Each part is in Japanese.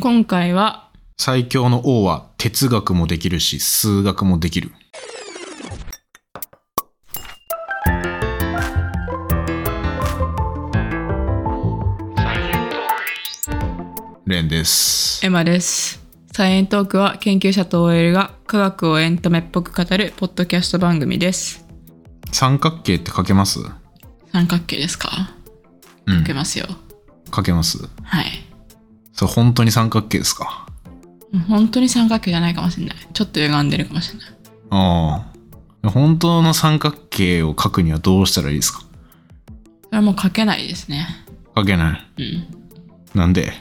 今回は、最強の王は哲学もできるし、数学もできる。レンです。エマです。サイエントークは研究者と OL が科学をエンタメっぽく語るポッドキャスト番組です。三角形って書けます三角形ですかうん受け。ますよ。書けます。はい。それ本当に三角形ですかもう本当に三角形じゃないかもしれない。ちょっと歪んでるかもしれない。ああ。本当の三角形を書くにはどうしたらいいですかそれはもう書けないですね。書けない。うん。なんで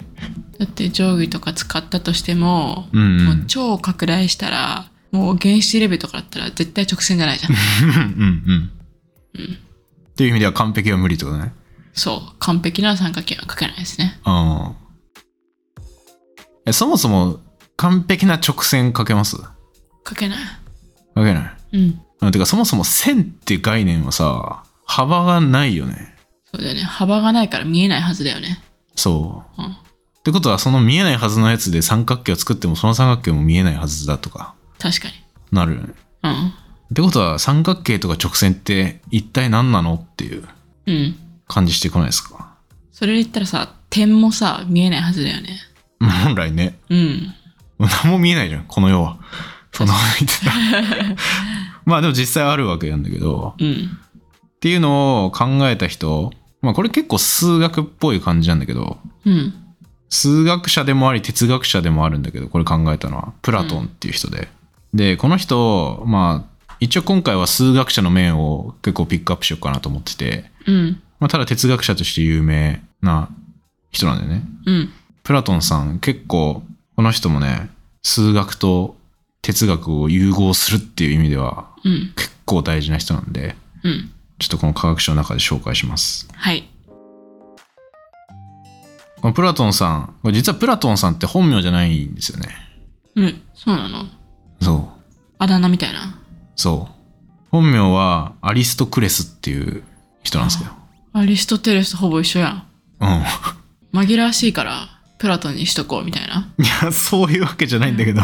だって定規とか使ったとしても、うんうんもう超拡大したら、もう原子レベルとかだったら絶対直線じゃないじゃん。うんうん。っていう意味では完璧は無理ってことね。 そう。完璧な三角形は書けないですね。うん。え、そもそも完璧な直線書けます書書けない。けない。うん。うんてかそもそも線っていう概念はさ、幅がないよね。そうだよね。幅がないから見えないはずだよね。そう。うん。ってことはその見えないはずのやつで三角形を作ってもその三角形も見えないはずだとか、確かに。なるよね。うん。ってことは三角形とか直線って一体何なのっていううん。感じしてこないですかそれで言ったらさ、点もさ、見えないはずだよね。本来ね。うん。何も見えないじゃん、この世は。そんなこと言ってたらまあでも実際あるわけなんだけど、うん。っていうのを考えた人、まあこれ結構数学っぽい感じなんだけど、うん。数学者でもあり哲学者でもあるんだけど、これ考えたのは、プラトンっていう人で。で、この人、まあ、一応今回は数学者の面を結構ピックアップしようかなと思ってて、うん。まあただ哲学者として有名な人なんだよね。うん。プラトンさん結構この人もね数学と哲学を融合するっていう意味ではうん。結構大事な人なんでうん。ちょっとこの科学書の中で紹介しますはい。このプラトンさんこれ実はプラトンさんって本名じゃないんですよねうん。そうなのそあだ名みたいな。うそう本名はアリストクレスっていう人なんですけどアリストテレスとほぼ一緒やん。う紛らわしいから、プラトンにしとこうみたいな。 んいやそういうわけじゃないんだけど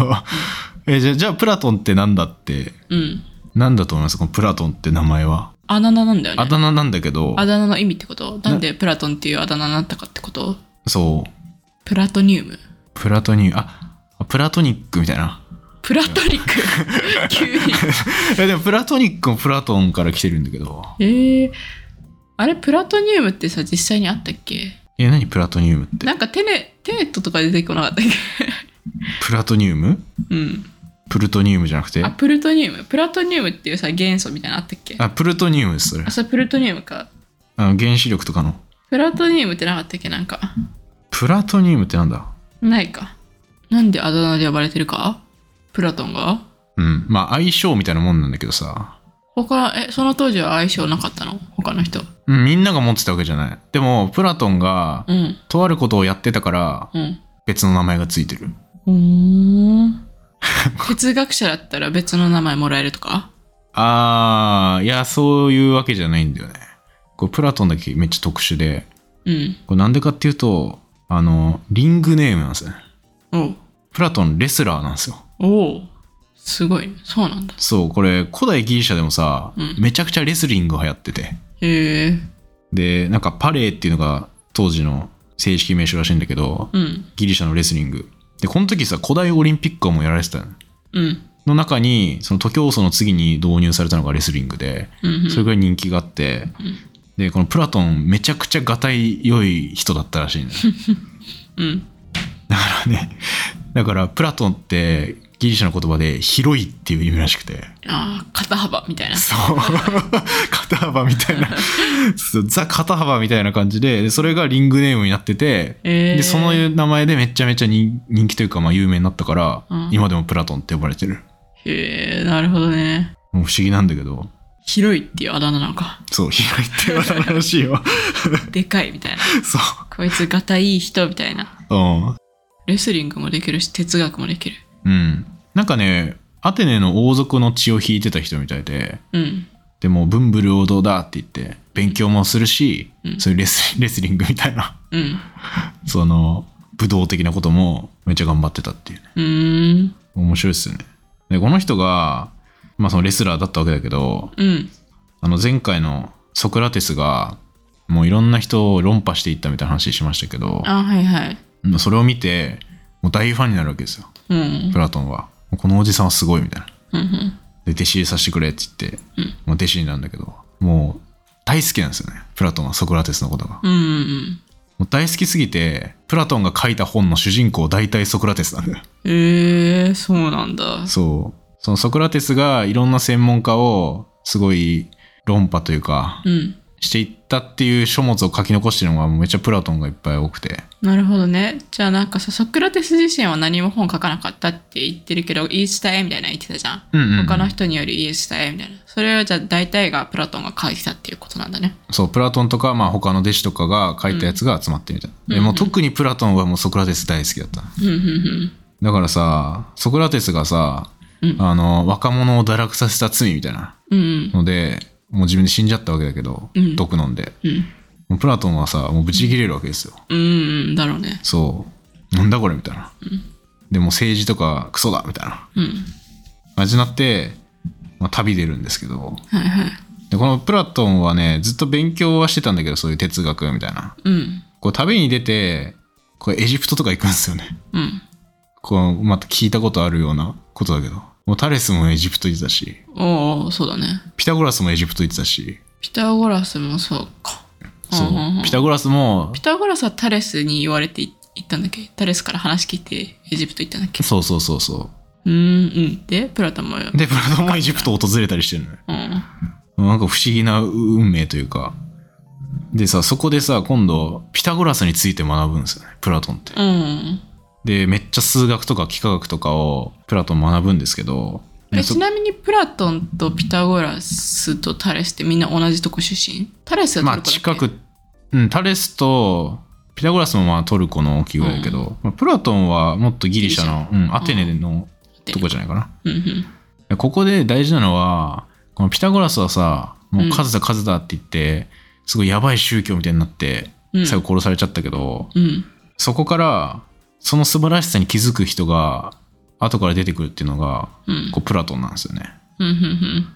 えじゃあじゃあプラトンってなんだってうん。なんだと思いますこのプラトンって名前はあだ名なんだよあね。だ名なんだけどあだ名の意味ってことなんでプラトンっていうあだ名になったかってことそうプラトニウム。プラトニウあプラトニックみたいなプラトニッ ク急に。えでもプラトニックもプラトンから来てるんだけどえー、あれプラトニウムってさ実際にあったっけえ何プラトニウムってなんかテネテネットとか出てこなかったっプラトニウムけうんプルトニウムじゃなくてああプルトニウムプラトニウムっていうさ元素みたいなのあったっけあプルトニウムですそれそれプルトニウムかあの原子力とかのプラトニウムってなかったっけなんかプラトニウムってなんだないかなんであだ名で呼ばれてるかプラトンがうんまあ相性みたいなもんなんだけどさ他えその当時は相性なかったの他の人うんみんなが持ってたわけじゃないでもプラトンがうんとあることをやってたからうん別の名前がついてるふーん哲学者だったら別の名前もらえるとかあーいやそういうわけじゃないんだよねこれプラトンだけめっちゃ特殊でうんこれなんでかっていうと、あの、リングネームなんですよね。おうプラトンレスラーなんですよ。おうすごいねそうなんだそう、これ古代ギリシャでもさ、うんめちゃくちゃレスリング流行ってて。へえで、なんかパレーっていうのが当時の正式名称らしいんだけど、うんギリシャのレスリング。で、この時さ、古代オリンピックはもうやられてたの。うんの中に、その徒競走の次に導入されたのがレスリングで、うんそれぐらい人気があって、で、このプラトンめちゃくちゃがたい良い人だったらしいね。うんだからね、だからプラトンってギリシャの言葉で広いっていう意味らしくて、ああ肩幅みたいなそう、肩幅みたいな、そうザ肩幅みたいな感じで、でそれがリングネームになってて、えーでその名前でめちゃめちゃ人人気というか、まあ有名になったから、うん今でもプラトンって呼ばれてる。へえなるほどねもう不思議なんだけど、広いっていうあだ名なのかそう、広いって言われらしいよ。 でかいみたいなそこいつがたいい人みたいなう。うん。レスリングもできるし哲学もできるうん。なんかね、アテネの王族の血を引いてた人みたいで、うんでもう文武両道だって言って勉強もするし、うんそういうレスレスリングみたいなうんその武道的なこともめっちゃ頑張ってたっていうねうーん面白いっすよねでこの人が、まあ、そのレスラーだったわけだけどうんあの前回のソクラテスがもういろんな人を論破していったみたいな話しましたけどあはいはいまあそれを見てもう大ファンになるわけですようんプラトンはもうこのおじさんはすごいみたいうなんうんで弟子入りさせてくれって言って、もう弟子になるんだけどもう大好きなんですよねプラトンはソクラテスのことが、もうんうんう大好きすぎてプラトンが書いた本の主人公大体ソクラテスなんだよえー、そうなんだそうそのソクラテスがいろんな専門家をすごい論破というかうんしていったっていう書物を書き残してるのがもうめっちゃプラトンがいっぱい多くてなるほどねじゃあなんかさソクラテス自身は何も本書かなかったって言ってるけど言い伝えみたいなの言ってたじゃんうんうんうん他の人により言い伝えみたいなそれをじゃあ大体がプラトンが書いてたっていうことなんだねそうプラトンとか、まあ、他の弟子とかが書いたやつが集まってるみたいな、でもう特にプラトンはもうソクラテス大好きだったうんうんうんだからさソクラテスがさ、うんあの若者を堕落させた罪みたいなうんのでもう自分で死んじゃったわけだけど、うん毒飲んでうんもうプラトンはさもうブチ切れるわけですようんうんだろうねそうなんだこれみたいな、でもう政治とかクソだみたいなうん感じになって、まあ、旅出るんですけどはいはいでこのプラトンはねずっと勉強はしてたんだけどそういう哲学みたいなうんこう旅に出てこうエジプトとか行くんですよねうんこうまた聞いたことあるようなことだけどもうタレスもエジプト行ってたしおおそうだねピタゴラスもエジプト行ってたし、ピタゴラスもそうかそんんんう、ピタゴラスもピ、タゴラスはタレスに言われてい行ったんだっけタレスから話聞いてエジプト行ったんだっけそうそうそうそうーんうんでプラトンもよう。で、プラトンもエジプトを訪れたりしてるのよ。うんなんか不思議な運命というか。でさ、そこでさ、今度、ピタゴラスについて学ぶんですよね、プラトンって。うんで、めっちゃ数学とか幾何学とかをプラトン学ぶんですけど、えそちなみにプラトンとピタゴラスとタレスってみんな同じとこ出身タレスはまトあルコだっけ近く、うん、タレスと、ピタゴラスもまあトルコの大きいぐらいだけど、まあプラトンはもっとギリシャの、うん、アテネのとこじゃないかな。うんうんでここで大事なのはこのピタゴラスはさもう数だ数だって言って、すごいやばい宗教みたいになって、うん最後殺されちゃったけどうんそこからその素晴らしさに気づく人が後から出てくるっていうのが、うんこうプラトンなんですよね。うんうん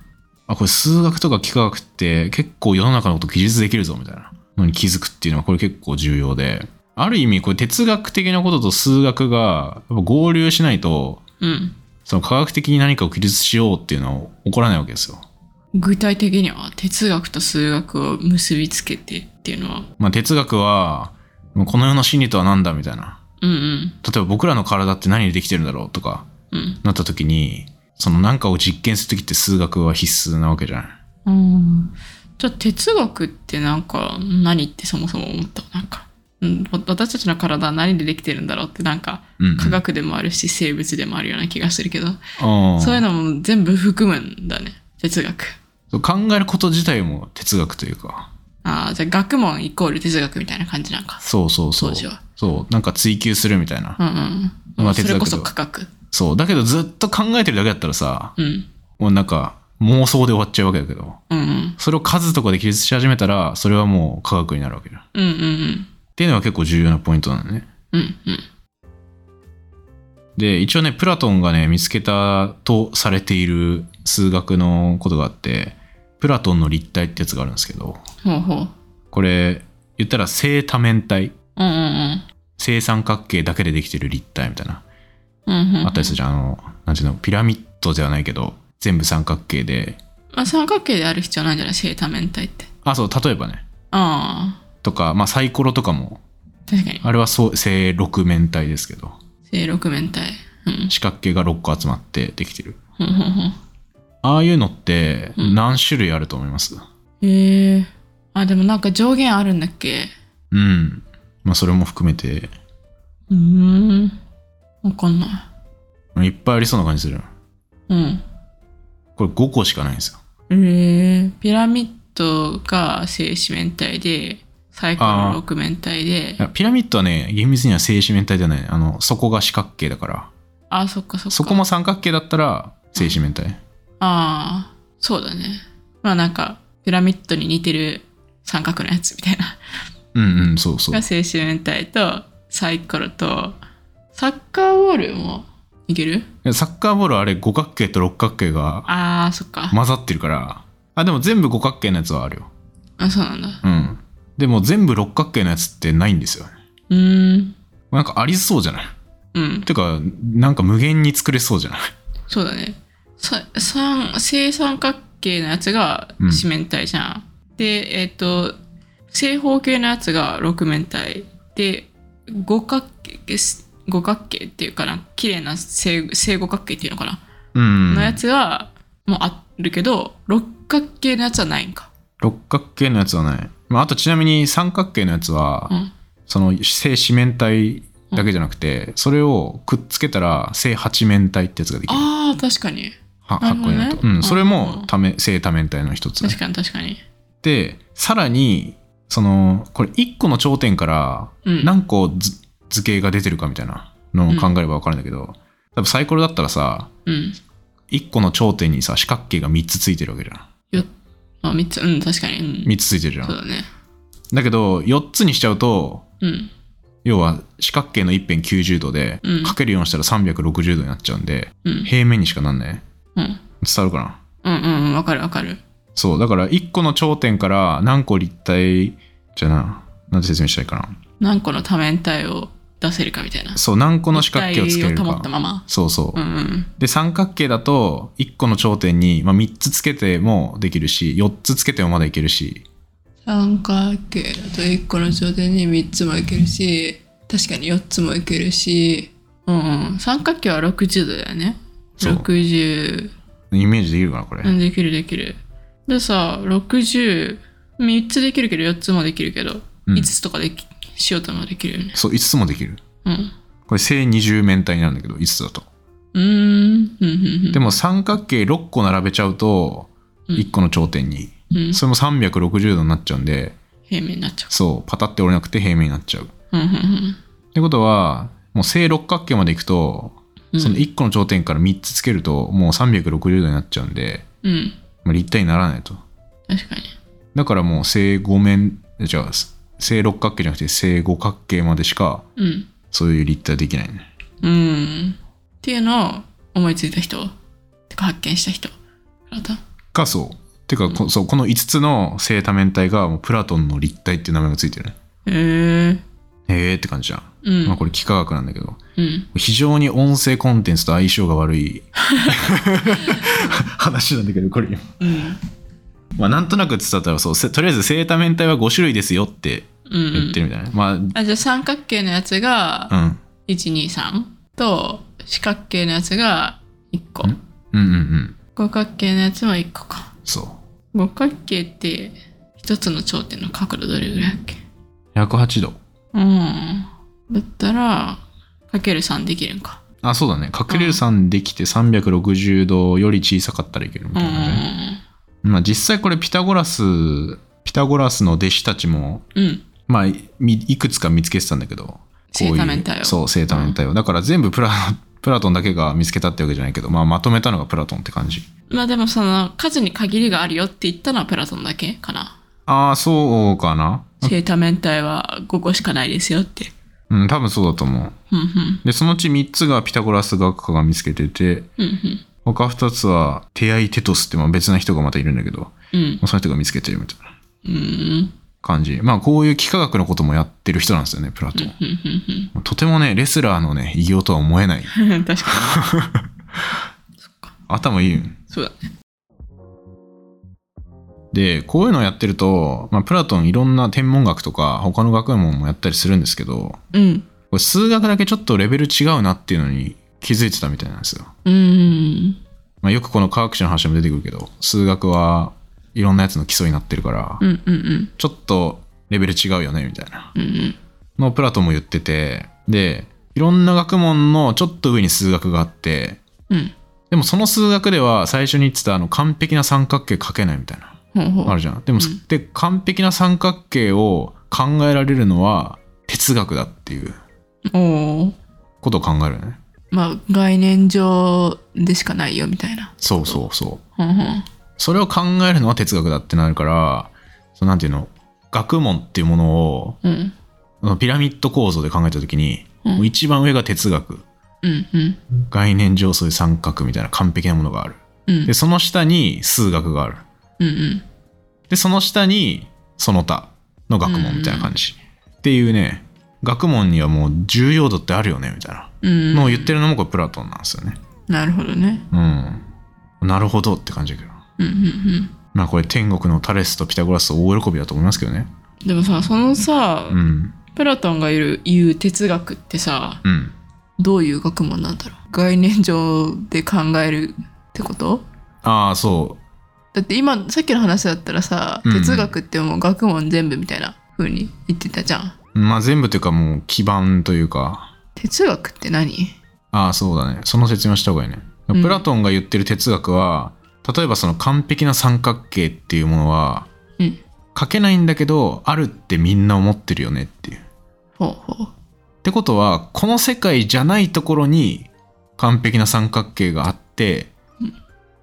あこれ数学とか幾何学って結構世の中のこと記述できるぞみたいなのに気づくっていうのはこれ結構重要である意味これ哲学的なことと数学がやっぱ合流しないとうんその科学的に何かを記述しようっていうのは起こらないわけですよ。うん具体的には哲学と数学を結びつけてっていうのはまあ、哲学はまあこの世の真理とは何だみたいなうんうん例えば僕らの体って何でできてるんだろうとかうんなった時にその何かを実験する時って数学は必須なわけじゃないうんじゃあ哲学ってなんか何ってそもそも思ったなんか、うん、わ私たちの体は何でできてるんだろうってなんかうんうん科学でもあるし生物でもあるような気がするけど、ああそういうのも全部含むんだね哲学そう考えること自体も哲学というかああじゃあ学問イコール哲学みたいな感じなんかそうそうそう当時はそうなんか追求するみたいな、うんうん、まあそれこ哲そ学科学そうだけどずっと考えてるだけだったらさうんもうなんか妄想で終わっちゃうわけだけどうんうんそれを数とかで記述し始めたらそれはもう科学になるわけじゃんっうんうんていうのは結構重要なポイントなのねうんうんうんで一応ねプラトンがね見つけたとされている数学のことがあってプラトンの立体ってやつがあるんですけどほうほうこれ言ったら正多面体うんうん正三角形だけでできてる立体みたいなうんうんうんあったりするじゃんあのなんていうのピラミッドではないけど全部三角形でまあ三角形である必要ないんじゃない正多面体ってあそう例えばねあとか、まあ、サイコロとかもあ確かにあれはそう正六面体ですけど正六面体うん四角形が6個集まってできてるほうほうほうああいうのってうん何種類あると思いますへえあでもなんか上限あるんだっけうんまあそれも含めてうーんわかんないいっぱいありそうな感じする。うんこれ5個しかないんですよ。へえピラミッドが正四面体でサイコあロー六面体でいやピラミッドはね、厳密には正四面体ではない。あの、底が四角形だから。あそっかそっかそこも三角形だったら正四面体。ああそうだねまあなんかピラミッドに似てる三角のやつみたいなうんうん、そうそうが。正四面体とサイコロとサッカーボールもいけるでサッカーボールはあれ五角形と六角形があーそっか、混ざってるからあでも全部五角形のやつはあるよあそうなんだうんでも全部六角形のやつってないんですよねうーんなんかありそうじゃないうんてかなんか無限に作れそうじゃないそうだねさ三正三角形のやつがうん四面体じゃん、でえっ、と正方形のやつが六面体で五角形です五角形っていうかな綺麗な正正五角形っていうのかな、うんのやつはもうあるけど六角形のやつはないんか六角形のやつはない、まあ、あとちなみに三角形のやつは、うんその正四面体だけじゃなくて、それをくっつけたら正八面体ってやつができるあー確かにはなる発ほ個どにねなると、うん、それうもん多面正多面体の一つ確かに確かにでさらにそのこれ一個の頂点からうん何個ず図形が出てるかみたいなのを考えれば分かるんだけど、多分サイコロだったらさうん一個の頂点にさ四角形が3つついてるわけじゃんあ三つうん確かに、うん、 3つついてるじゃそうんだねだけど4つにしちゃうとうん要は四角形の一辺90度で、うんかける4したら360度になっちゃうんでうん平面にしかなんないうん伝わるかなうんうんうんわかるわかるそうだから1個の頂点から何個立体じゃななんて説明したらいいか何個の多面体を出せるかみたいななそう何個の四角形をつけれる一体を保ったかままそうそう、うんうんで三角形だと1個の頂点に、まあ、3つつけてもできるし4つつけてもまだいけるし三角形だと1個の頂点に3つもいけるし確かに4つもいけるしうんうん三角形は60度だよねそう60イメージできるかなこれ、うんできるできるでさ603つできるけど4つもできるけど、うん5つとかできしようともできるよねそう5つもできるうんこれ正二十面体なんだけど5つだとうーんうんうんでも三角形6個並べちゃうとうん1個の頂点に、うんうんそれも360度になっちゃうんで平面になっちゃそうパタって折れなくて平面になっちゃうっううんうんうんてことはもう正六角形までいくとうんその1個の頂点から3つつけるともう360度になっちゃうんで、うんまあ、立体にならないと確かにだからもう正五面え違う正六角形じゃなくて正五角形までしかうんそういう立体できないねうんっていうのを思いついた人てか発見した人あなたかそうてかこそうこの5つの正多面体がもうプラトンの立体っていう名前がついてるねへえへえって感じじゃん、うんまあ、これ幾何学なんだけどうん非常に音声コンテンツと相性が 悪い話なんだけどこれ今うんまあなんとなく伝わったらそうせとりあえず正多面体は5種類ですよってうんう言っんてるみたいな、まあじゃあ三角形のやつがあうん123と四角形のやつが1個んうんうんうん五角形のやつも1個かそう五角形って一つの頂点の角度どれぐらいだっけ108度うんだったらかける3できるんかあそうだね隠れる3できて360度より小さかったらいけるみうたんいなね、まあ実際これピタゴラスピタゴラスの弟子たちもうんまあいみいくつか見つけてたんだけどこういう正多面体をそう正多面体を、だから全部プラ プラトンだけが見つけたってわけじゃないけど、まあ、まとめたのがプラトンって感じまあでもその数に限りがあるよって言ったのはプラトンだけかな。ああそうかな正多面体は5個しかないですよって。うん多分そうだと思ううんうん。でそのうち3つがピタゴラス学科が見つけててうん他2つはテアイテトスってまあ別な人がまたいるんだけど、まうん。うん。あその人が見つけてるみたいうなん。感じ。まあこういう幾何学のこともやってる人なんですよね、プラトン。うんうんとてもね、レスラーのね、偉業とは思えない。うん。確かに。頭いいよ。そうだね。で、こういうのをやってると、まあ、プラトンいろんな天文学とか他の学問もやったりするんですけど、うん。これ数学だけちょっとレベル違うなっていうのに気づいてたみたいなんですよ。うん。まあ、よくこの科学者の話も出てくるけど、数学はいろんなやつの基礎になってるから、うんうんうん。ちょっとレベル違うよね、みたいな。うんうん。のをプラトンも言ってて、で、いろんな学問のちょっと上に数学があって、うん。でもその数学では最初に言ってたあの完璧な三角形描けないみたいなほうほう。あるじゃん。でも、うんで完璧な三角形を考えられるのは哲学だっていうおお。ことを考えるよね。まあ概念上でしかないよみたいな。そうそうそう。ほうほう。それを考えるのは哲学だってなるから、そのなんていうの学問っていうものをうん。ピラミッド構造で考えた時に、うんもう一番上が哲学うんうん概念上そういう三角みたいな完璧なものがあるうんでその下に数学があるうんうんでその下にその他の学問みたいな感じ、っていうね学問にはもう重要度ってあるよねみたいなうんのを言ってるのもこれプラトンなんですよねなるほどねうんなるほどって感じだけどうんうんうんまあこれ天国のタレスとピタゴラス大喜びだと思いますけどねでもさそのさ、うんプラトンがいる言う哲学ってさうんどういう学問なんだろう概念上で考えるってことああそうだって今さっきの話だったらさうん哲学ってもう学問全部みたいな風に言ってたじゃんまあ全部というかもう基盤というか哲学って何ああそうだねその説明をした方がいいねうんプラトンが言ってる哲学は、例えばその完璧な三角形っていうものはうん書けないんだけどあるってみんな思ってるよねっていう。っほうほうてことはこの世界じゃないところに完璧な三角形があって、うん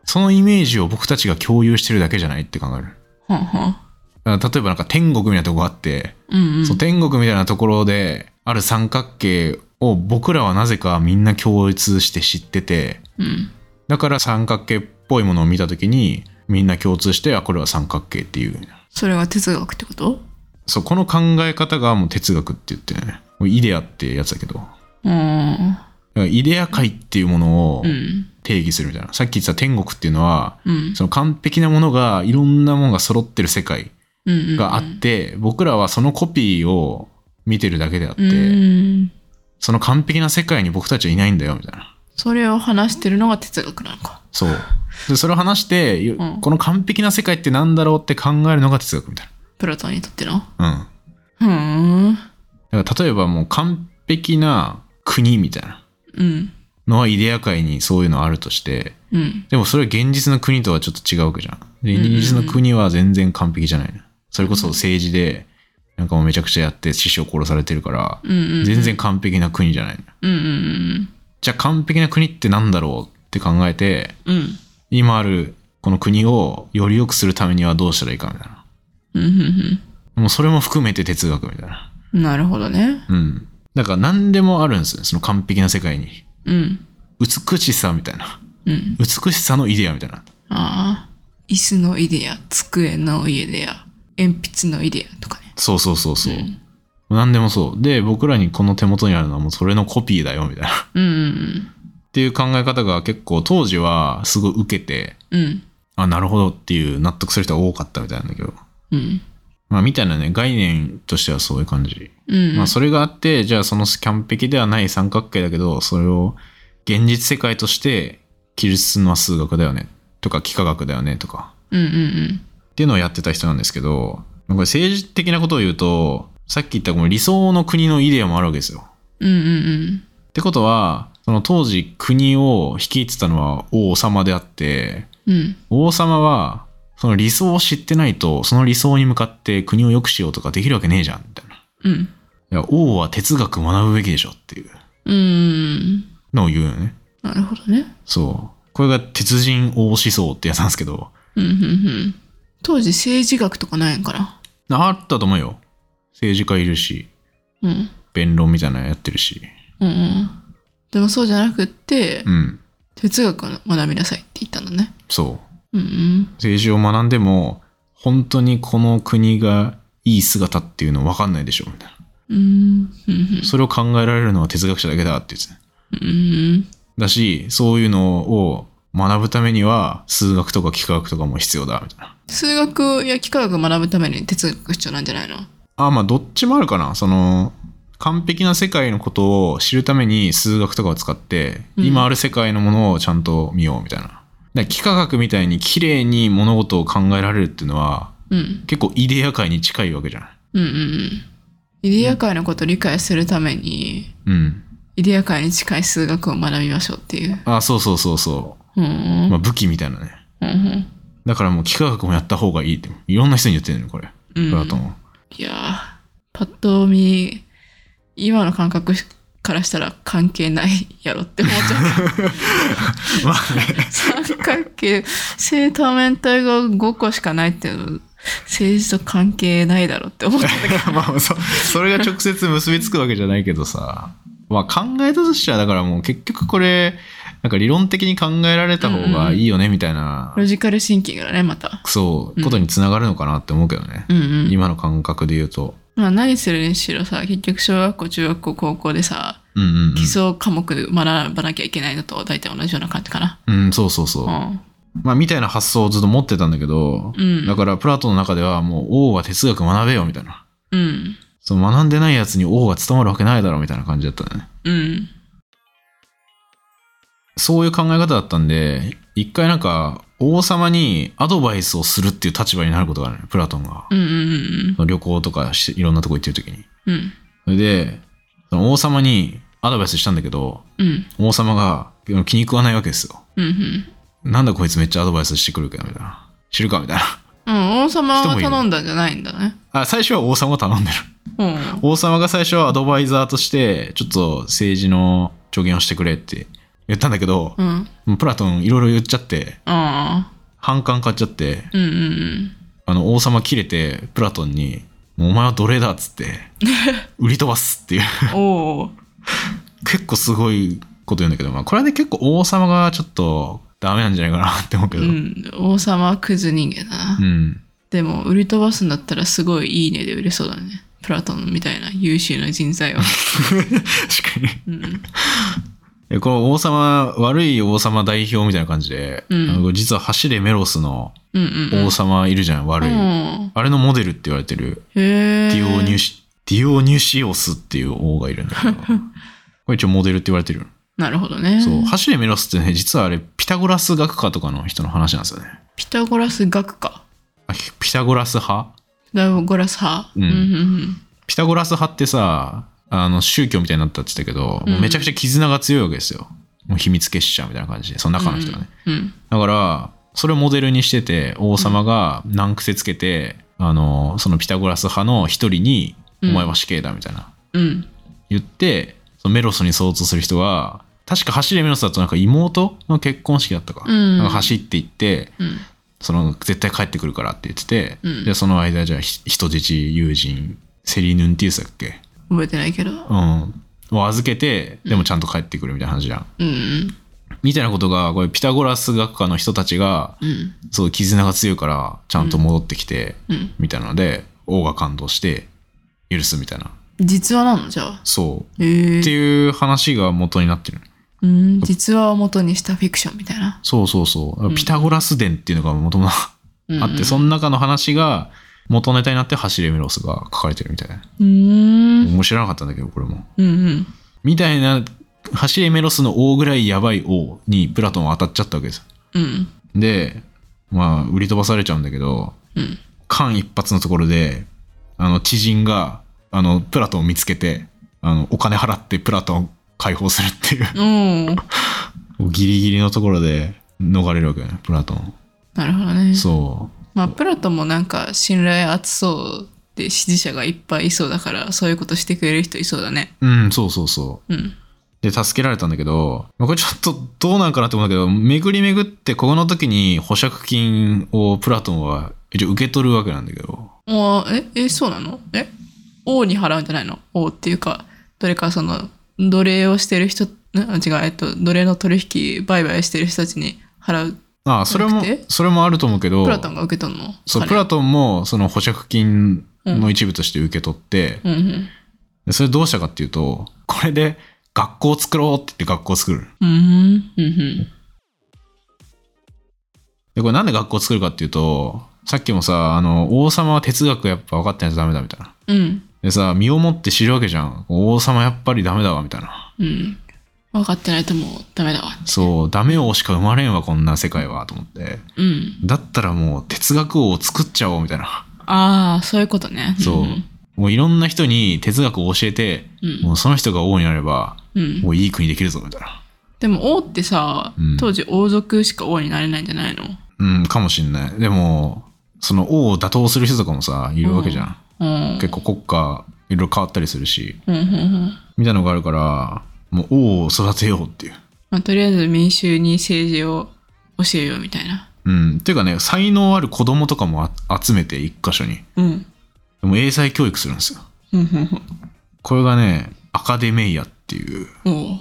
そのイメージを僕たちが共有してるだけじゃないって考える。ほうほうだから例えばなんか天国みたいなとこがあってうんうんそう天国みたいなところである三角形を僕らはなぜかみんな共通して知っててうんだから三角形っぽいものを見た時にみんな共通してあこれは三角形っていうそれが哲学ってことそうこの考え方がもう哲学って言ってねもうイデアってやつだけどだかうんらイデア界っていうものをうん定義するみたいな、さっき言ってた天国っていうのはうんその完璧なものがいろんなものが揃ってる世界うんがあって、僕らはそのコピーを見てるだけであって、うんその完璧な世界に僕たちはいないんだよみたいなそれを話してるのが哲学なのかそう。で、それを話して、ようんこの完璧な世界ってなんだろうって考えるのが哲学みたいプラトンにとってのな。うん。ふーんだから例えばもう完璧な国みたいなうんのはイデア界にそういうのあるとして、うんでもそれは現実の国とはちょっと違うわけじゃん。で、うんうんうん現実の国は全然完璧じゃないの。それこそ政治で、なんかもうめちゃくちゃやって師匠殺されてるから、うんうん全然完璧な国じゃないの。うんうんじゃあ完璧な国ってなんだろうって考えて、うんうん今あるこの国をより良くするためにはどうしたらいいかみたいな。うんうんもうそれも含めて哲学みたいな。うんなるほどねうん。だから何でもあるんですよ。その完璧な世界に。うん美しさみたいな。うん美しさのイデアみたいな。ああ椅子のイデア机のイデア鉛筆のイデアとかねそうそうそうそう。ん何でもそう。で、僕らにこの手元にあるのはもうそれのコピーだよ、みたいな。っうんうんていう考え方が結構当時はすごい受けて、うんあ、なるほどっていう納得する人が多かったみたいなんだけど。うんまあ、みたいなね、概念としてはそういう感じ。うんまあ、それがあって、じゃあその完璧ではない三角形だけど、それを現実世界として記述するのは数学だよね、とか幾何学だよね、とか、うんうんっていうのをやってた人なんですけど、これ政治的なことを言うと、さっき言ったこの理想の国のイデアもあるわけですよ。うんうんうんってことは、その当時国を率いてたのは王様であって、うん王様はその理想を知ってないと、その理想に向かって国を良くしようとかできるわけねえじゃん、みたいな。うんいや、王は哲学学ぶべきでしょっていう。うんのを言うよね。なるほどねそう。これが鉄人王思想ってやつなんですけど、うんうんうん当時政治学とかないんかなあったと思うよ。政治家いるし、うん弁論みたいなのやってるし。うんうんでもそうじゃなくって、うん。哲学を学びなさいって言ったんだねそう。うんうん政治を学んでも、本当にこの国がいい姿っていうの分かんないでしょ、みたいな。うんうんそれを考えられるのは哲学者だけだって言ってたうんだし、そういうのを学ぶためには、数学とか幾何学とかも必要だ、みたいな。数学や幾何学を学ぶために哲学が必要なんじゃないのあ、まあ、どっちもあるかな。その、完璧な世界のことを知るために数学とかを使って、うん今ある世界のものをちゃんと見ようみたいな。だから幾何学みたいに綺麗に物事を考えられるっていうのは、うん結構イデア界に近いわけじゃない。うんうんうんイデア界のことを理解するためにうん。イデア界に近い数学を学びましょうっていうあ、そうそうそうそうんう。うんまあ、武器みたいなね。うんだからもう幾何学もやった方がいいって。いろんな人に言ってるのよ、これ。うプんラ トンは。いやーパッと見今の感覚からしたら関係ないやろって思っちゃ まあね。う三角形正多面体が5個しかないっていうの政治と関係ないだろって 思ってたけどまあそそれが直接結びつくわけじゃないけどさまあ考えたとしてはだからもう結局これなんか理論的に考えられた方がいいよねみたいな、ロジカルシンキングだねまたそうことにつながるのかなって思うけどね、うんうん今の感覚で言うとまあ何するにしろさ結局小学校中学校高校でさうんうんうん基礎科目で学ばなきゃいけないのと大体同じような感じかなうん、そうそうそう、うんまあみたいな発想をずっと持ってたんだけど、うんだからプラトンの中ではもう王は哲学学べよみたいなうんその学んでないやつに王が務まるわけないだろみたいな感じだったねうんそういう考え方だったんで一回なんか王様にアドバイスをするっていう立場になることがあるねプラトンが、うんうん旅行とかしていろんなとこ行ってる時にうんうんそれでその王様にアドバイスしたんだけどうん王様が気に食わないわけですようんうんなんだこいつめっちゃアドバイスしてくるけどみたいな知るかみたいなうん王様人もはいる頼んだんじゃないんだねあ最初は王様が頼んでるうん王様が最初はアドバイザーとしてちょっと政治の助言をしてくれって言ったんだけど、うんもうプラトンいろいろ言っちゃってああ反感買っちゃってうんうんあの王様切れてプラトンに「もうお前は奴隷だ」っつって 売り飛ばすっていううんおお結構すごいこと言うんだけど、まあ、これで結構王様がちょっとダメなんじゃないかなって思うけうど、ん王様はクズ人間だなうん でも売り飛ばすんだったらすごいいいねで売れそうだねプラトンみたいな優秀な人材は確かうんにこの王様悪い王様代表みたいな感じで、うんあの実は走れメロスのうんうんうん王様いるじゃん、悪い、うんあれのモデルって言われてるへえディオニュシ、ディオニュシオスっていう王がいるん だけど、これ一応モデルって言われてる。なるほどねそう、走れメロスってね、実はあれ、ピタゴラス学科とかの人の話なんですよね。ピタゴラス学かあひピタゴラス派ピタゴラス派うんうんうんピタゴラス派ってさ、あの、宗教みたいになったって言ったけど、もうめちゃくちゃ絆が強いわけですよ。もう秘密結社みたいな感じで、その中の人がね。うんうんだから、それをモデルにしてて、王様が難癖つけて、あの、そのピタゴラス派の一人に、おうん前は死刑だみたいな。うん言ってそのメロスに相当する人が確か走れメロスだとなんか妹の結婚式だったか,、うんなんか走って行ってうんその絶対帰ってくるからって言ってて、うんでその間じゃあひ人質友人セリヌンティウスだっけ覚えてないけどうんを預けてでもちゃんと帰ってくるみたいな話じゃん。うんみたいなことがこれピタゴラス学科の人たちがうんそう絆が強いからちゃんと戻ってきて、うんみたいなので王が感動して許すみたいな実話なのじゃあそうへっえていう話が元になってる。うん実話を元にしたフィクションみたいなそうそうそう。ピタゴラス伝っていうのが元々うんあって、その中の話が元ネタになって走れメロスが書かれてるみたいな。うん面白なかったんだけど、これも。うんうんみたいな、走れメロスの王ぐらいやばい王にプラトンは当たっちゃったわけです。うんで、まあ、売り飛ばされちゃうんだけど、うん間一髪のところで、あの、知人が、あの、プラトンを見つけて、あの、お金払ってプラトンを解放するっていう、おおギリギリのところで逃れるわけよね、プラトン。なるほどねそう。まあプラトンもなんか信頼厚そうで支持者がいっぱいいそうだからそういうことしてくれる人いそうだねうん、そうそうそうんう。で、助けられたんだけど、まあこれちょっとどうなんかなって思うんだけど、巡り巡って、ここの時に保釈金をプラトンは一応受け取るわけなんだけど、おーええそうなのえ王に払うんじゃないの王っていうかどれかその奴隷をしてる人んあ違うえっと奴隷の取引売買してる人たちに払うああ、それもなくて、それもあると思うけど、プラトンが受け取るのそう、金プラトンもその保釈金の一部として受け取って、うんうんでそれどうしたかっていうと、これで学校を作ろうって言って学校を作る。うんうんうんで、これなんで学校を作るかっていうと、さっきもさ、あの、王様は哲学やっぱ分かってないとダメだみたいな。うんでさ、身をもって知るわけじゃん。王様やっぱりダメだわ、みたいな。うん分かってないともうダメだわそう、ダメ王しか生まれんわ、こんな世界は、と思って。うんだったらもう哲学王を作っちゃおう、みたいな。ああそういうことねそう。もういろんな人に哲学を教えて、うんもうその人が王になれば、うん、うんもういい国できるぞ、みたいな。でも王ってさ、うん当時王族しか王になれないんじゃないのうん、かもしんない。でも、その王を打倒する人とかもさ、いるわけじゃん。うん。結構国家、いろいろ変わったりするし、うんうんうんみたいなのがあるから、もう王を育てようっていう。まあ、とりあえず民衆に政治を教えようみたいな。うん。っていうかね、才能ある子供とかもあ集めて、一箇所に。うん。でも英才教育するんですよ。うんうんこれがね、アカデメイアっていう、うん。おう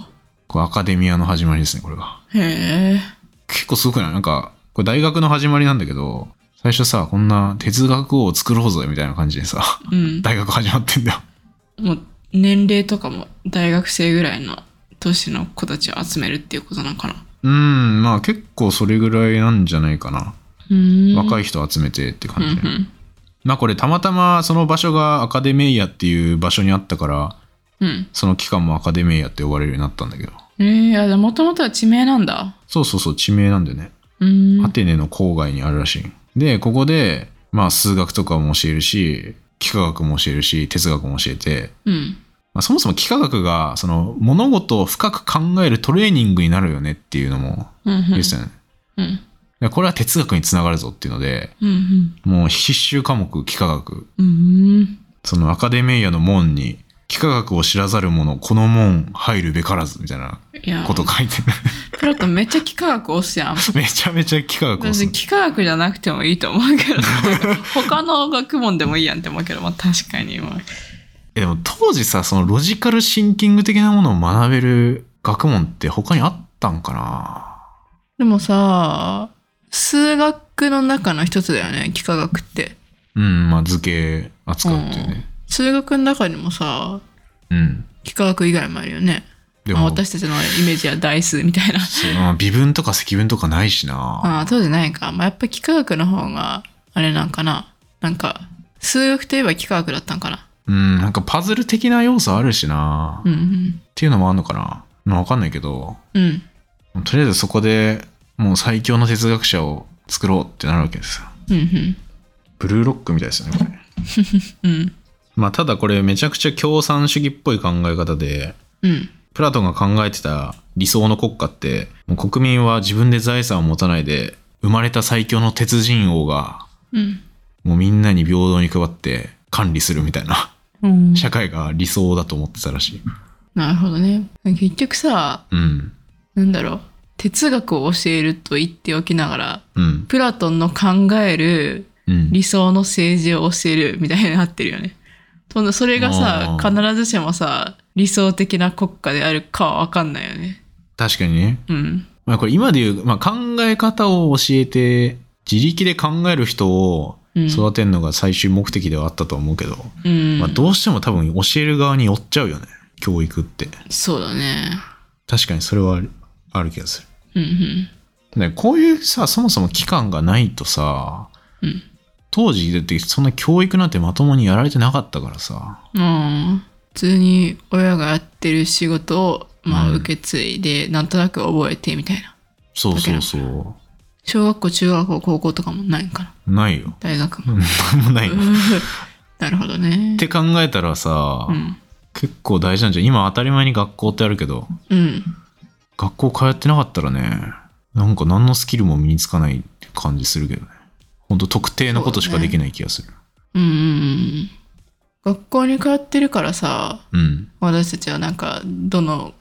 これアカデミアの始まりですね、これが。へえ。結構すごくないなんか、これ大学の始まりなんだけど、最初さ、こんな哲学を作ろうぜみたいな感じでさ、 うん。大学始まってんだよ。もう年齢とかも大学生ぐらいの年の子たちを集めるっていうことなのかな。うん、まあ結構それぐらいなんじゃないかな。若いい人集めてってうんう感じで。ん。まあこれたまたまその場所がアカデメイアっていう場所にあったから、うん。その期間もアカデメイアって呼ばれるようになったんだけど。えー、いや、もともとは地名なんだ。そうそうそう、地名なんだよね。うーん。アテネの郊外にあるらしい。で、ここで、まあ数学とかも教えるし、幾何学も教えるし、哲学も教えて、うん。まあ、そもそも幾何学がその物事を深く考えるトレーニングになるよねっていうのもうんうん言ってたよね。うん。でこれは哲学につながるぞっていうので、うんもう必修科目幾何学。うん。うん。そのアカデメイアの門に、幾何学を知らざる者、この門入るべからずみたいないや、こと書いてる。 プロットめっちゃ幾何学押すやん。めちゃめちゃ幾何学をす私、る。幾何学じゃなくてもいいと思うけど、他の学問でもいいやんって思うけど、まあ確かに。まあえでも当時さ、そのロジカルシンキング的なものを学べる学問って他にあったんかなでもさ、数学の中の一つだよね、幾何学って。うん、まあ図形扱うっていうね。数学の中にもさ、うん。幾何学以外もあるよね。でまあ、私たちのイメージは代数みたいな。そうまあ微分とか積分とかないしな。 ああ、当時ないか。まあ、やっぱ幾何学の方が、あれなんかな。なんか、数学といえば幾何学だったんかな。うん、なんかパズル的な要素あるしな。うっんていうのもあんのかな。まあわかんないけど、うん。うん。とりあえずそこでもう最強の哲学者を作ろうってなるわけですよ。うんブルーロックみたいですよね、これ。 うん。うん。まあただこれめちゃくちゃ共産主義っぽい考え方で、うん。プラトンが考えてた理想の国家って、もう国民は自分で財産を持たないで、生まれた最強の鉄人王が、うん。もうみんなに平等に配って管理するみたいな。うん、社会が理想だと思ってたらしい。なるほどね。結局さ、うん。なんだろう。哲学を教えると言っておきながら、うん。プラトンの考えるうん。理想の政治を教えるみたいになってるよね。そんなそれがさ、あ必ーずしもさ、理想的な国家であるかはわかんないよね。確かにね。うん。まあこれ今でいう、まあ、考え方を教えて、自力で考える人をうん育てるのが最終目的ではあったと思うけど、うん。まあどうしても多分教える側に寄っちゃうよね。教育って。そうだね。確かにそれはあるある気がすうる。んうん。ね、こういうさ、そもそも期間がないとさ、うん当時だってそんな教育なんてまともにやられてなかったからさ。まあ、普通に親がやってる仕事を、まあ、うん受け継いで、なんとなく覚えてみたいな。そうそうそ小学校、中学校、高校とかもないんかな。う。ないよ。大学も。なんもないよ。なるほどねっ。て考えたらさ、うん。結構大事なんじゃん今当たり前に学校ってあるけどうん。学校通ってなかったらねなんか何のスキルも身につかないって感じするけどねほんと特定のことしかできない気がするうんうんうん。学校に通ってるからさ、う,、私たちはなんか、どの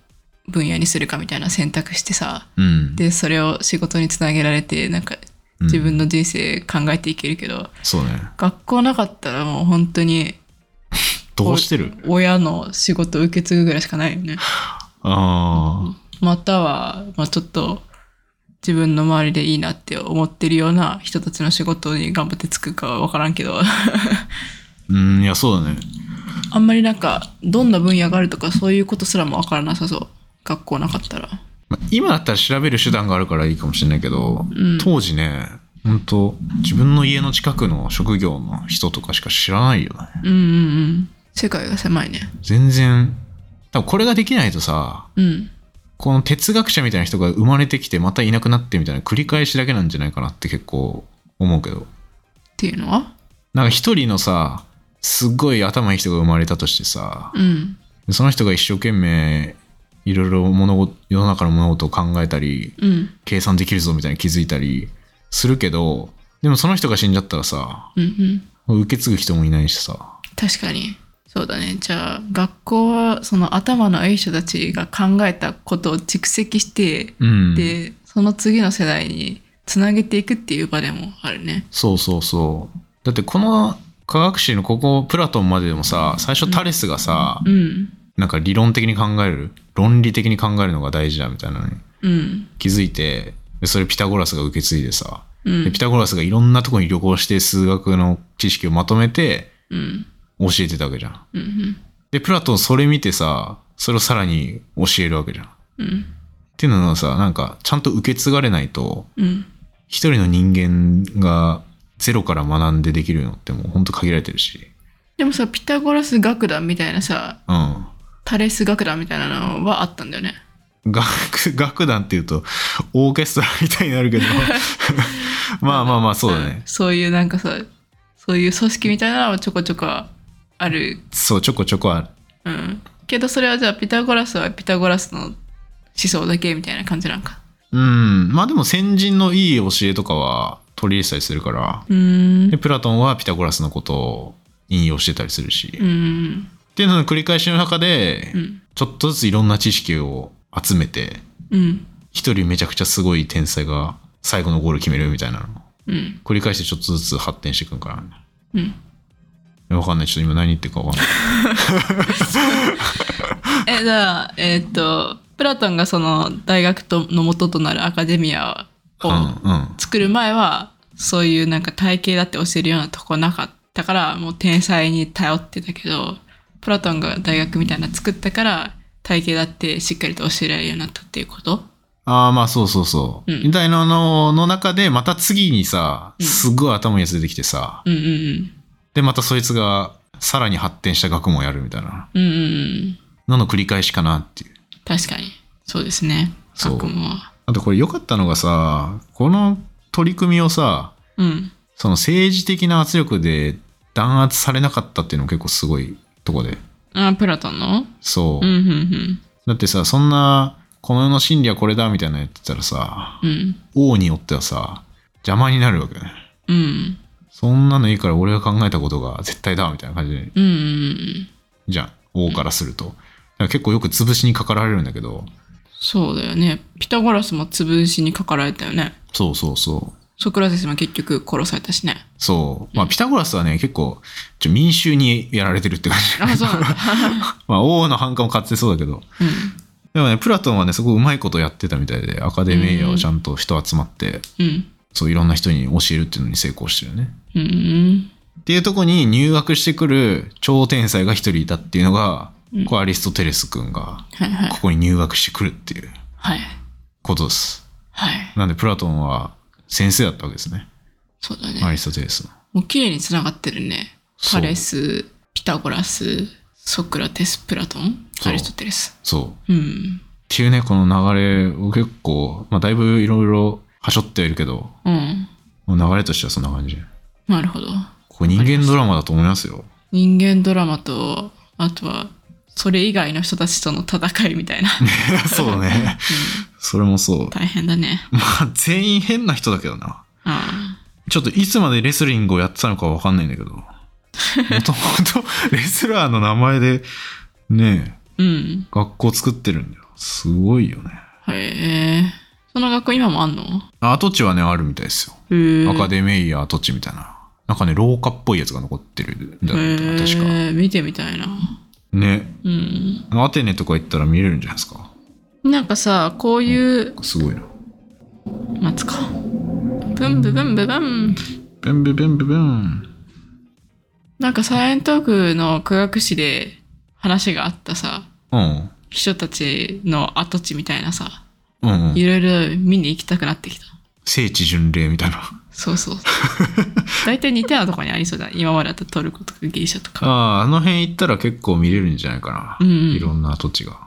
分野にするかみたいな選択してさ、んうんで、それを仕事につなげられて、なんか、うん自分の人生考えていけるけど、そうね学校なかったらもう本当にどうしてるお親の仕事を受け継ぐぐらいしかないよ ね。あまたは、まあ、ちょっと自分の周りでいいなって思ってるような人たちの仕事に頑張ってつくかは分からん けどあうんいやそうだねあんまりなんかどんな分野があるとかそういうことすらも分からなさそう学校なかったら。まあ今だったら調べる手段があるからいいかもしれないけど、うん当時ねほんと自分の家の近くの職業の人とかしか知らないよねうんうんうん。世界が狭いね。全然多分これができないとさうん。この哲学者みたいな人が生まれてきてまたいなくなってみたいな繰り返しだけなんじゃないかなって結構思うけどっていうのはなんか一人のさすっごい頭いい人が生まれたとしてさうん。その人が一生懸命いろいろ物事世の中の物事を考えたりうん。計算できるぞみたいな気づいたりするけどでもその人が死んじゃったらさうんうん。受け継ぐ人もいないしさ確かにそうだねじゃあ学校はその頭のいい人たちが考えたことを蓄積して、うんでその次の世代につなげていくっていう場でもあるね。そうそうそう。だってこの科学史のここプラトンまででもさ最初タレスがさ、うん。なんか理論的に考える論理的に考えるのが大事だみたいなのにうん。気づいてでそれピタゴラスが受け継いでさうんでピタゴラスがいろんなとこに旅行して数学の知識をまとめてうん。教えてたわけじゃん。うん。うんでプラトンそれ見てさそれをさらに教えるわけじゃん。っうん。ていうのはさなんかちゃんと受け継がれないとうん。一人の人間がゼロから学んでできるのってもうほんと限られてるし。でもさ、ピタゴラス楽団みたいなさ、うん。タレス楽団みたいなのはあったんだよね。 楽楽団っていうとオーケストラみたいにな るけどまあまあまあそうだねんそういうなんかさ、そういう組織みたいなのはちょこちょこある。そうちょこちょこあるうん。けどそれはじゃあピタゴラスはピタゴラスの思想だけみたいな感じなんか。うんまあでも先人のいい教えとかは取り入れたりするからうーんで。プラトンはピタゴラスのことを引用してたりするし、うっん。ていうのの繰り返しの中で、うん。ちょっとずついろんな知識を集めてうん。一人めちゃくちゃすごい天才が最後のゴール決めるみたいなのをうん。繰り返してちょっとずつ発展していくんからねうん。わかんないちょっと今何言ってるかわかんないえ、じゃあ、えーっと、プラトンがその大学との元となるアカデミアをうんうん作る前は、そういうなんか体系だって教えるようなとこなかったから、もう天才に頼ってたけど、プラトンが大学みたいなの作ったから、体系だってしっかりと教えられるようになったっていうことああ、まあそうそうそう。うんみたいなのの中で、また次にさ、うんすごい頭いいやつ出てきてさ、うんうんで、またそいつがさらに発展した学問をやるみたいなうん。うんうんうん。のの繰り返しかなっていう。確かに。そうですね。そう学問は。あとこれ良かったのがさ、この取り組みをさ、うん。その政治的な圧力で弾圧されなかったっていうのも結構すごいとこで。あ、プラトンのそう。うんうんだってさ、そんな、この世の真理はこれだみたいなのやってたらさ、うん。うん。王によってはさ、邪魔になるわけね。うん。そんなのいいから俺が考えたことが絶対だみたいな感じでうんうんうん。じゃん王からすると、だから結構よく潰しにかかられるんだけどそうだよね。ピタゴラスも潰しにかかられたよね。そうそうそうソクラテスも結局殺されたしね。そうまあピタゴラスはね結構ちょ民衆にやられてるって感じあ、そうなんだ。 まあ王の反感を買ってそうだけどうでもねプラトンはねすごいうまいことやってたみたいでアカデミーをちゃんと人集まってん。 うん。そういろんな人に教えるっていうのに成功してるよねうん。っていうとこに入学してくる超天才が一人いたっていうのが、うんこうアリストテレス君がはいはい。ここに入学してくるっていうはい。ことですはい。なんでプラトンは先生だったわけですね。そうだね。アリストテレスの。もう綺麗に繋がってるね。そパうレス、ピタゴラス、ソクラテス、プラトン、そうアリストテレス。そう。っうん。ていうね、この流れを結構、まあだいぶいろいろはしょってはいるけど、うん。もう流れとしてはそんな感じ。なるほど。ここ人間ドラマだと思いますよ。人間ドラマと、あとは、それ以外の人たちとの戦いみたいな。 そうだね。 それもそう。大変だね。まあ全員変な人だけどな。あちょっといつまでレスリングをやってたのかわかんないんだけど。もともとレ スラーの名前でね、あ。うん。学校作ってるんだよ。すごいよね。へえ。その学校今もあんの跡地はね、あるみたいですよ。へえ。アカデミー跡地みたいな。なんかね、廊下っぽいやつが残ってるんだよへな確か。え。見てみたいな。ね。うん。アテネとか行ったら見れるんじゃないですか。なんかさ、こういう、すごいな。待つか。ブンブブンブブン。ブンブンブンブンブン。なんかサイエントークの科学誌で話があったさ、うん。人たちの跡地みたいなさ、うん、うん。いろいろ見に行きたくなってきた。聖地巡礼みたいな。 そうそう。大体似たようなとこにありそうだ。今までだったトルコとかギリシャとあか。あ、あの辺行ったら結構見れるんじゃないかうな。んういんろんな跡地が。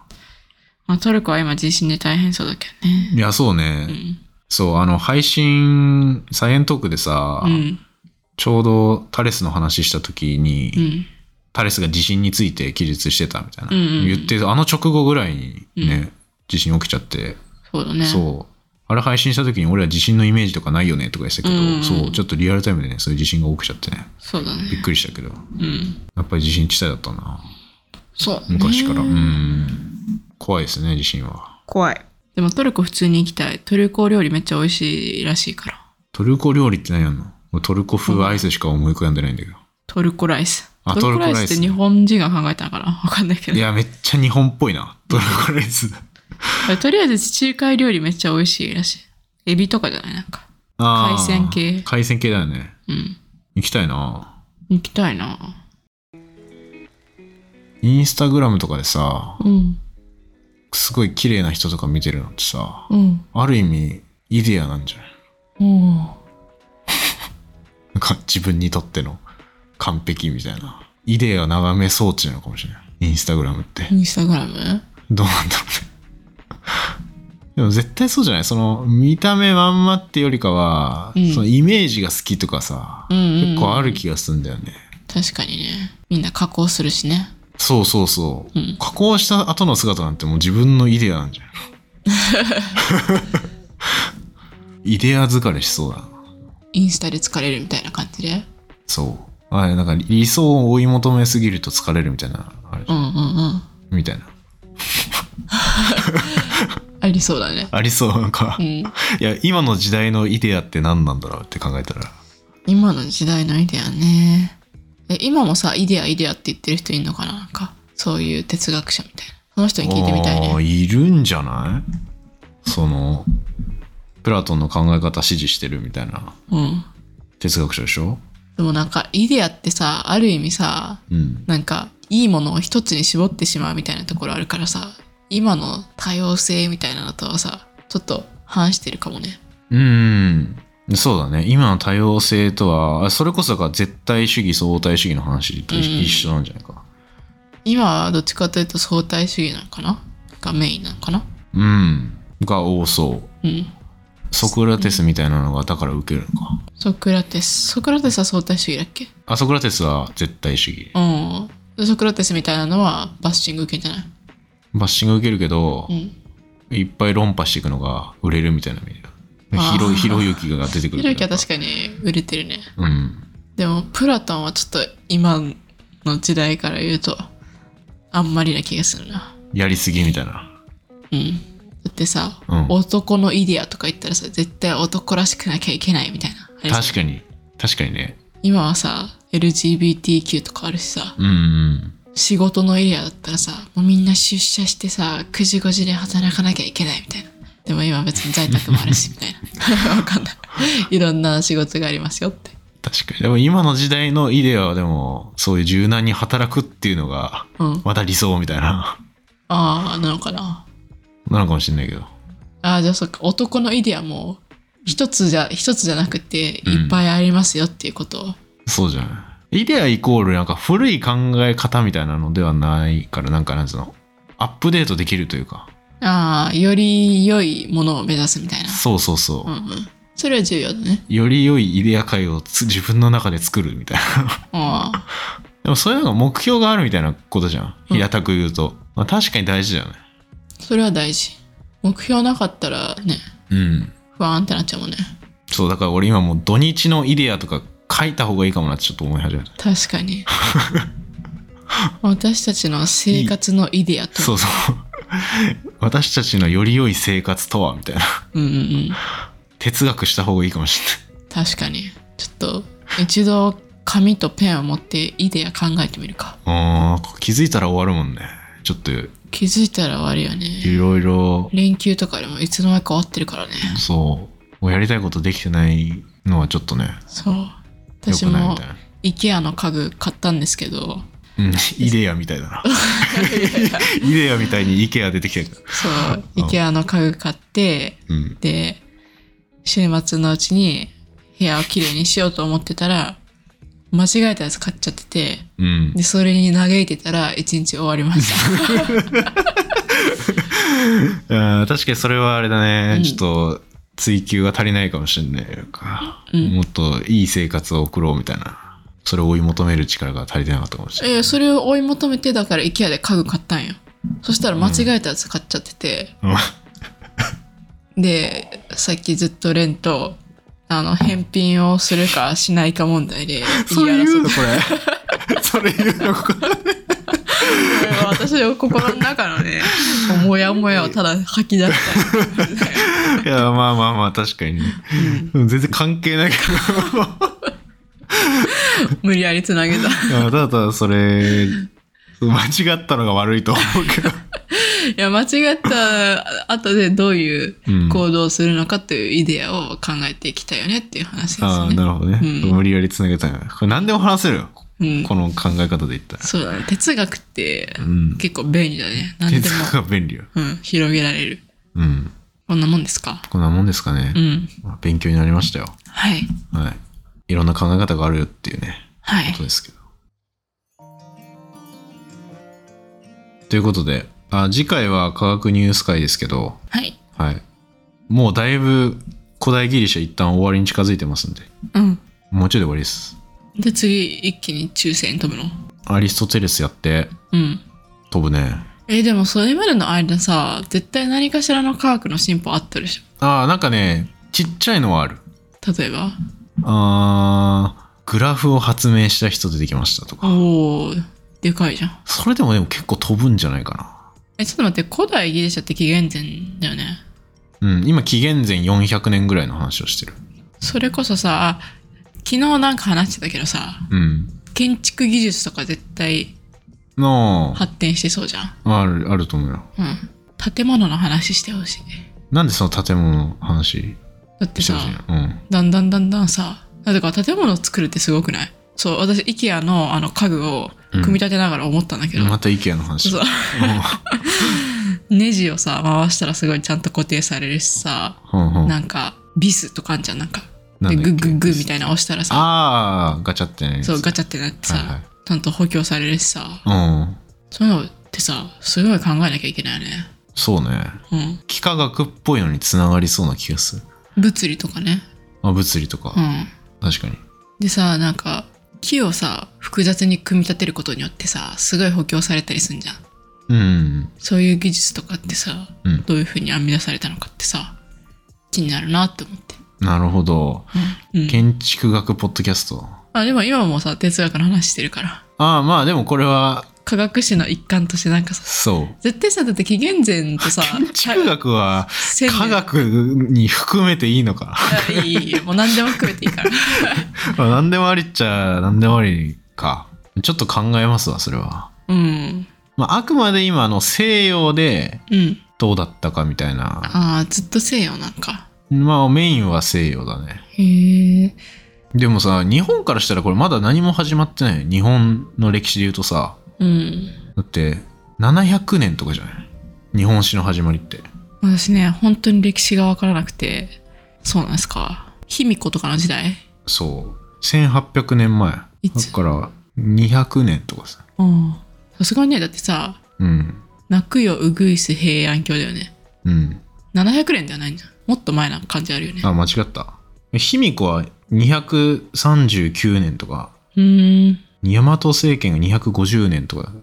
まあ、トルコは今地震で大変そうだけどね。いや、そうね。うん。そう、あの、配信、サイエントークでさ、うん。ちょうどタレスの話した時に、うん。タレスが地震について記述してたみたいな。うんうんうん言って、あの直後ぐらいにね、う地震起きちゃって。そうだね。そう。あれ配信した時に俺は地震のイメージとかないよねとか言ってたけど、うんそう、ちょっとリアルタイムでね、そういう地震が起きちゃっ てね、そうだびね。っくりしたけど、うん。やっぱり地震地帯だったな、そう。昔から。うねん。怖いですね、地震は。怖い。でもトルコ普通に行きたい。トルコ料理めっちゃ美味しいらしいから。トルコ料理って何やんの俺トルコ風アイスしか思い浮かんでないんだけど。トルコライス。あトルコライスってトルコライスね日本人が考えたのからわかんないけいど。や、めっちゃ日本っぽいな。トルコライス。とりあえず地中海料理めっちゃ美味しいらしい。エビとかじゃないなんか。あー海鮮系海鮮系だよね。うん。行きたいな。行きたいな。インスタグラムとかでさ、うん。すごい綺麗な人とか見てるのってさ、うん。ある意味、イデアなんじゃないうん。なんか自分にとっての完璧みたいな。イデア眺め装置なのかもしれない。インスタグラムって。インスタグラムどうなんだろう ね。でも絶対そうじゃないその見た目まんまってよりかは、うんそのイメージが好きとかさ、うんうんうん結構ある気がするんだよね。確かにね。みんな加工するしね。そうそうそう、うん加工した後の姿なんてもう自分のイデアなんじゃない イデア疲れしそうだな。インスタで疲れるみたいな感じで。そう。あれ、なんか理想を追い求めすぎると疲れるみたいな、あれうんうんうん。みたいな。ありそうだね。ありそう、なんかう。ん。いや、今の時代のイデアって何なんだろうって考えたら。今の時代のイデアね。え、今もさ、イデアイデアって言ってる人いるのかななんか、そういう哲学者みたいな。その人に聞いてみたいあーね。いるんじゃないそのプラトンの考え方支持してるみたいなうん。哲学者でしょでもなんか、イデアってさ、ある意味さ、うんなんか、いいものを一つに絞ってしまうみたいなところあるからさ、今の多様性みたいなのとはさ、ちょっと反してるかもね。うんそうだね今の多様性とはあそれこそだから絶対主義相対主義の話とうん一緒なんじゃないか今はどっちかというと相対主義なのかながメインなのかなうん、が多そううん。ソクラテスみたいなのがだから受けるのかソクラテス。ソクラテスは相対主義だっけあソクラテスは絶対主義うん。でソクラテスみたいなのはバッシング受けんじゃないバッシング受けるけど、うん。いっぱい論破していくのが売れるみたいな意味だよあーひろひろゆきが出てくるひろゆきは確かに売れてるね。かうんでも、プラトンはちょっと今の時代から言うと、あんまりな気がするな。やりすぎみたいな。うん。だってさ、うん男のイデアとか言ったらさ、絶対男らしくなきゃいけないみたいな。あれ確かに。確かにね。今はさ、LGBTQ とかあるしさ、うんうん。仕事のエリアだったらさ、もうみんな出社してさ、9時5時で働かなきゃいけないみたいな。でも今は別に在宅もある し、みたいな。わ かんない。いろんな仕事がありますよって。確かに。でも今の時代のイデアはでも、そういう柔軟に働くっていうのが、うん。また理想みたいな、ああ、なのかな。なのかもしれないけど。ああ、じゃあそっか、男のイデアも、一つじゃ、一つじゃなくて、うんいっぱいありますよっていうことを。そうじゃない。イデアイコールなんか古い考え方みたいなのではないから、なんかなんつうの、アップデートできるというか。ああ、より良いものを目指すみたいな。そうそうそうう。んうん。それは重要だね。より良いイデア界をつ自分の中で作るみたいな。 ああ。でもそういうのが目標があるみたいなことじゃん。うん平たく言うと。まあ確かに大事だよね。それは大事。目標なかったらね、うん。不安ってなっちゃうもんね。そう、だから俺今もう土日のイデアとか書いた方がいいかもなってちょっと思い始めた。確かに私たちの生活のイデアとそうそう。 私たちのより良い生活とはみたいな。 うんうんうん哲学した方がいいかもし確かにちょっと一度紙とペンを持ってイデア考えてみるかれない。うん、気づいたら終わるもんね。ちょっと、い気づいたら終わるよねろいろ、連休とかでもいつの間にか終わってるからねそう、もうやりたいことできてないのはちょっとね、そう良私くないみもたいな。 IKEA の家具買ったんですけどうん、 イデアみたいだ な。イデアみたいにイケア出てきてる。そううん IKEA の家具買ってうん。で週末のうちに部屋をきれいにしようと思ってたら間違えたやつ買っちゃっててうん。で、それに嘆いてたら、一日終わりました。うん確かにそれはあれだね、うんちょっと追求が足りないかもしれないか、うんもっといい生活を送ろうみたいなそれを追い求める力が足りてなかったかもしれない、えーそれを追い求めて、だから IKEA で家具買ったんよ。そしたら間違えたやつ買っちゃってて、うん で、さっきずっとレンと、あの、返品をするかしない か問題で、言いそれ言う 争のっこれそれ言うのこれは私の心の中のね、 もやもやをただ吐き出し たい。いや、まあまあまあ、確かにね。全然関係 ないけ無理やりつなげた。いど、いやただただそれ、間違ったのが悪いと思う けど。や、間違った後でどういううん行動をするのかというイデアを考えていきたいよねっていう話ですね。ああ、なるほどね。うん無理やりつなげたんだこれ何でも話せるよ。うんこの考え方で言ったら。そうだね。哲学ってうん。結構便利だね。何で哲も、 学が便利よ。うん、広げられる。うん。こんなもんですかこんなもんですかねう。ん。まあ勉強になりましたよ。はい。はい。いろんな考え方があるよっていうね、はこいと。ですけど。ということで、あ次回は科学ニュース会ですけど、はい。はい。もうだいぶ古代ギリシャ一旦終わりに近づいてますんで、うん。もうちょいで終わりです。で、次、一気に抽選飛ぶのアリストテレスやってうん。飛ぶね。え、でもそれまでの間さ、絶対何かしらの科学の進歩あったでしああ、なんかね、ちっちゃいのはある。ょ例えば。あーグラフを発明した人出てきましたとか。おおでかいじゃん。それでもでも結構飛ぶんじゃないかえ、ちょっと待って、古代ギリシャって紀元前だよね。な。うん、今紀元前400年ぐらいの話をしてる。それこそさ、昨日なんか話してたけどさ、うん。建築技術とか絶対の発展してそうじゃん。ある、あると思うよ。うん。建物の話してほしい。なんでその建物の話だってしてさほ、しいのうん。だんだんだんだんさ、なぜか建物を作るってすごくないそう、私、IKEA のあの家具を組み立てながら思ったんだけど、また IKEA の話。そう うんネジをさ、回したらすごいちゃんと固定されるしさ、うんうんなんか、ビスとかあんじゃ ん、なんか。なで、んだっグけッグッグッみたいなの押したらさ、ああ、ガチャってね。そう、ガチャってなってさ、はいはいちゃんと補強されるしさ、うん。そういうのってさ、すごい考えなきゃいけないよね。そうね。う幾何学っぽいのにつながりそうな気がすん。る。物理とかね。あ、物理とか。うん。確かに。でさ、なんか、木をさ、複雑に組み立てることによってさ、すごい補強されたりすんじゃん。うん。そういう技術とかってさ、うんどういうふうに編み出されたのかってさ、気になるなって思って。なるほど。うん。建築学ポッドキャスト。あ、でも今もさ、哲学の話してるから。ああ、まあでもこれは、科学史の一環としてなんかさ、そう。絶対さ、だって紀元前って さ、建築学は千年科学に含めていいのか。 いやいいいいいいもう何でも含めていいから。まあ何でもありっちゃ何でもありか。ちょっと考えますわ、それは。うん。まあ、あくまで今あの西洋でうん。どうだったかみたいな。ああ、ずっと西洋なんか。まあメインは西洋だね。へえ。でもさ、日本からしたらこれまだ何も始まってない。日本の歴史で言うとさ、うん。だって700年とかじゃない日本史の始まりって。私ね、本当に歴史がわからなくて、そうなんですか。卑弥呼とかの時代そう。1800年前。だいつから200年とかさ。うん。さすがにね、だってさ、うん。泣くよ、うぐいす平安京だよね。うん。 700年ではないんじゃん。もっと前な感じあるよね。あ、間違った。卑弥呼は239年とか、うーん。大和政権が250年とかだから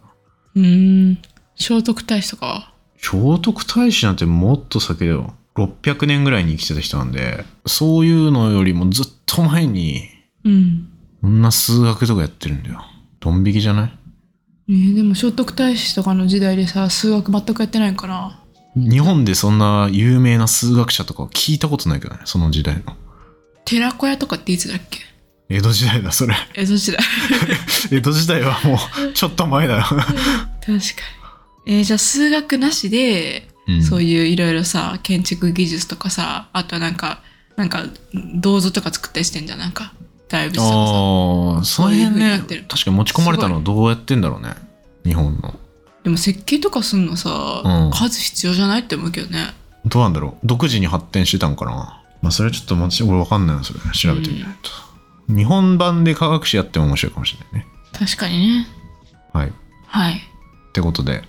うーん。聖徳太子とかは聖徳太子なんてもっと先だよ。600年ぐらいに生きてた人なんで、そういうのよりもずっと前に、うん。こんな数学とかやってるんだよ。ドン引きじゃないえーでも聖徳太子とかの時代でさ、数学全くやってないから。日本でそんな有名な数学者とかは聞いたことないけどね、その時代の。寺子屋とかっていつだっけ江戸時代だ、それ。江戸時代。 江戸時代はもう、ちょっと前だよ。確かに。えーじゃあ数学なしで、そういいういろいろさ、建築技術とかさ、あとはなんか、なんか、銅像とか作ったりしてんじゃん、なんか。大仏とかさ。ああ、その辺そういう風になね、ってる確かに持ち込まれたのはどうやってんだろうね。日本の。でも設計とかすんのさ、うん数必要じゃないって思うけどね。どうなんだろう独自に発展してたんかなまあそれはちょっと私俺わかんないなそれ調べてみないと、日本版で科学史やっても面白いかもしれないね確かにね。はいっはい。てことで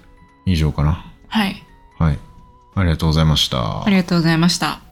以上かなはい。はいありがとうございましあたりがとうございました。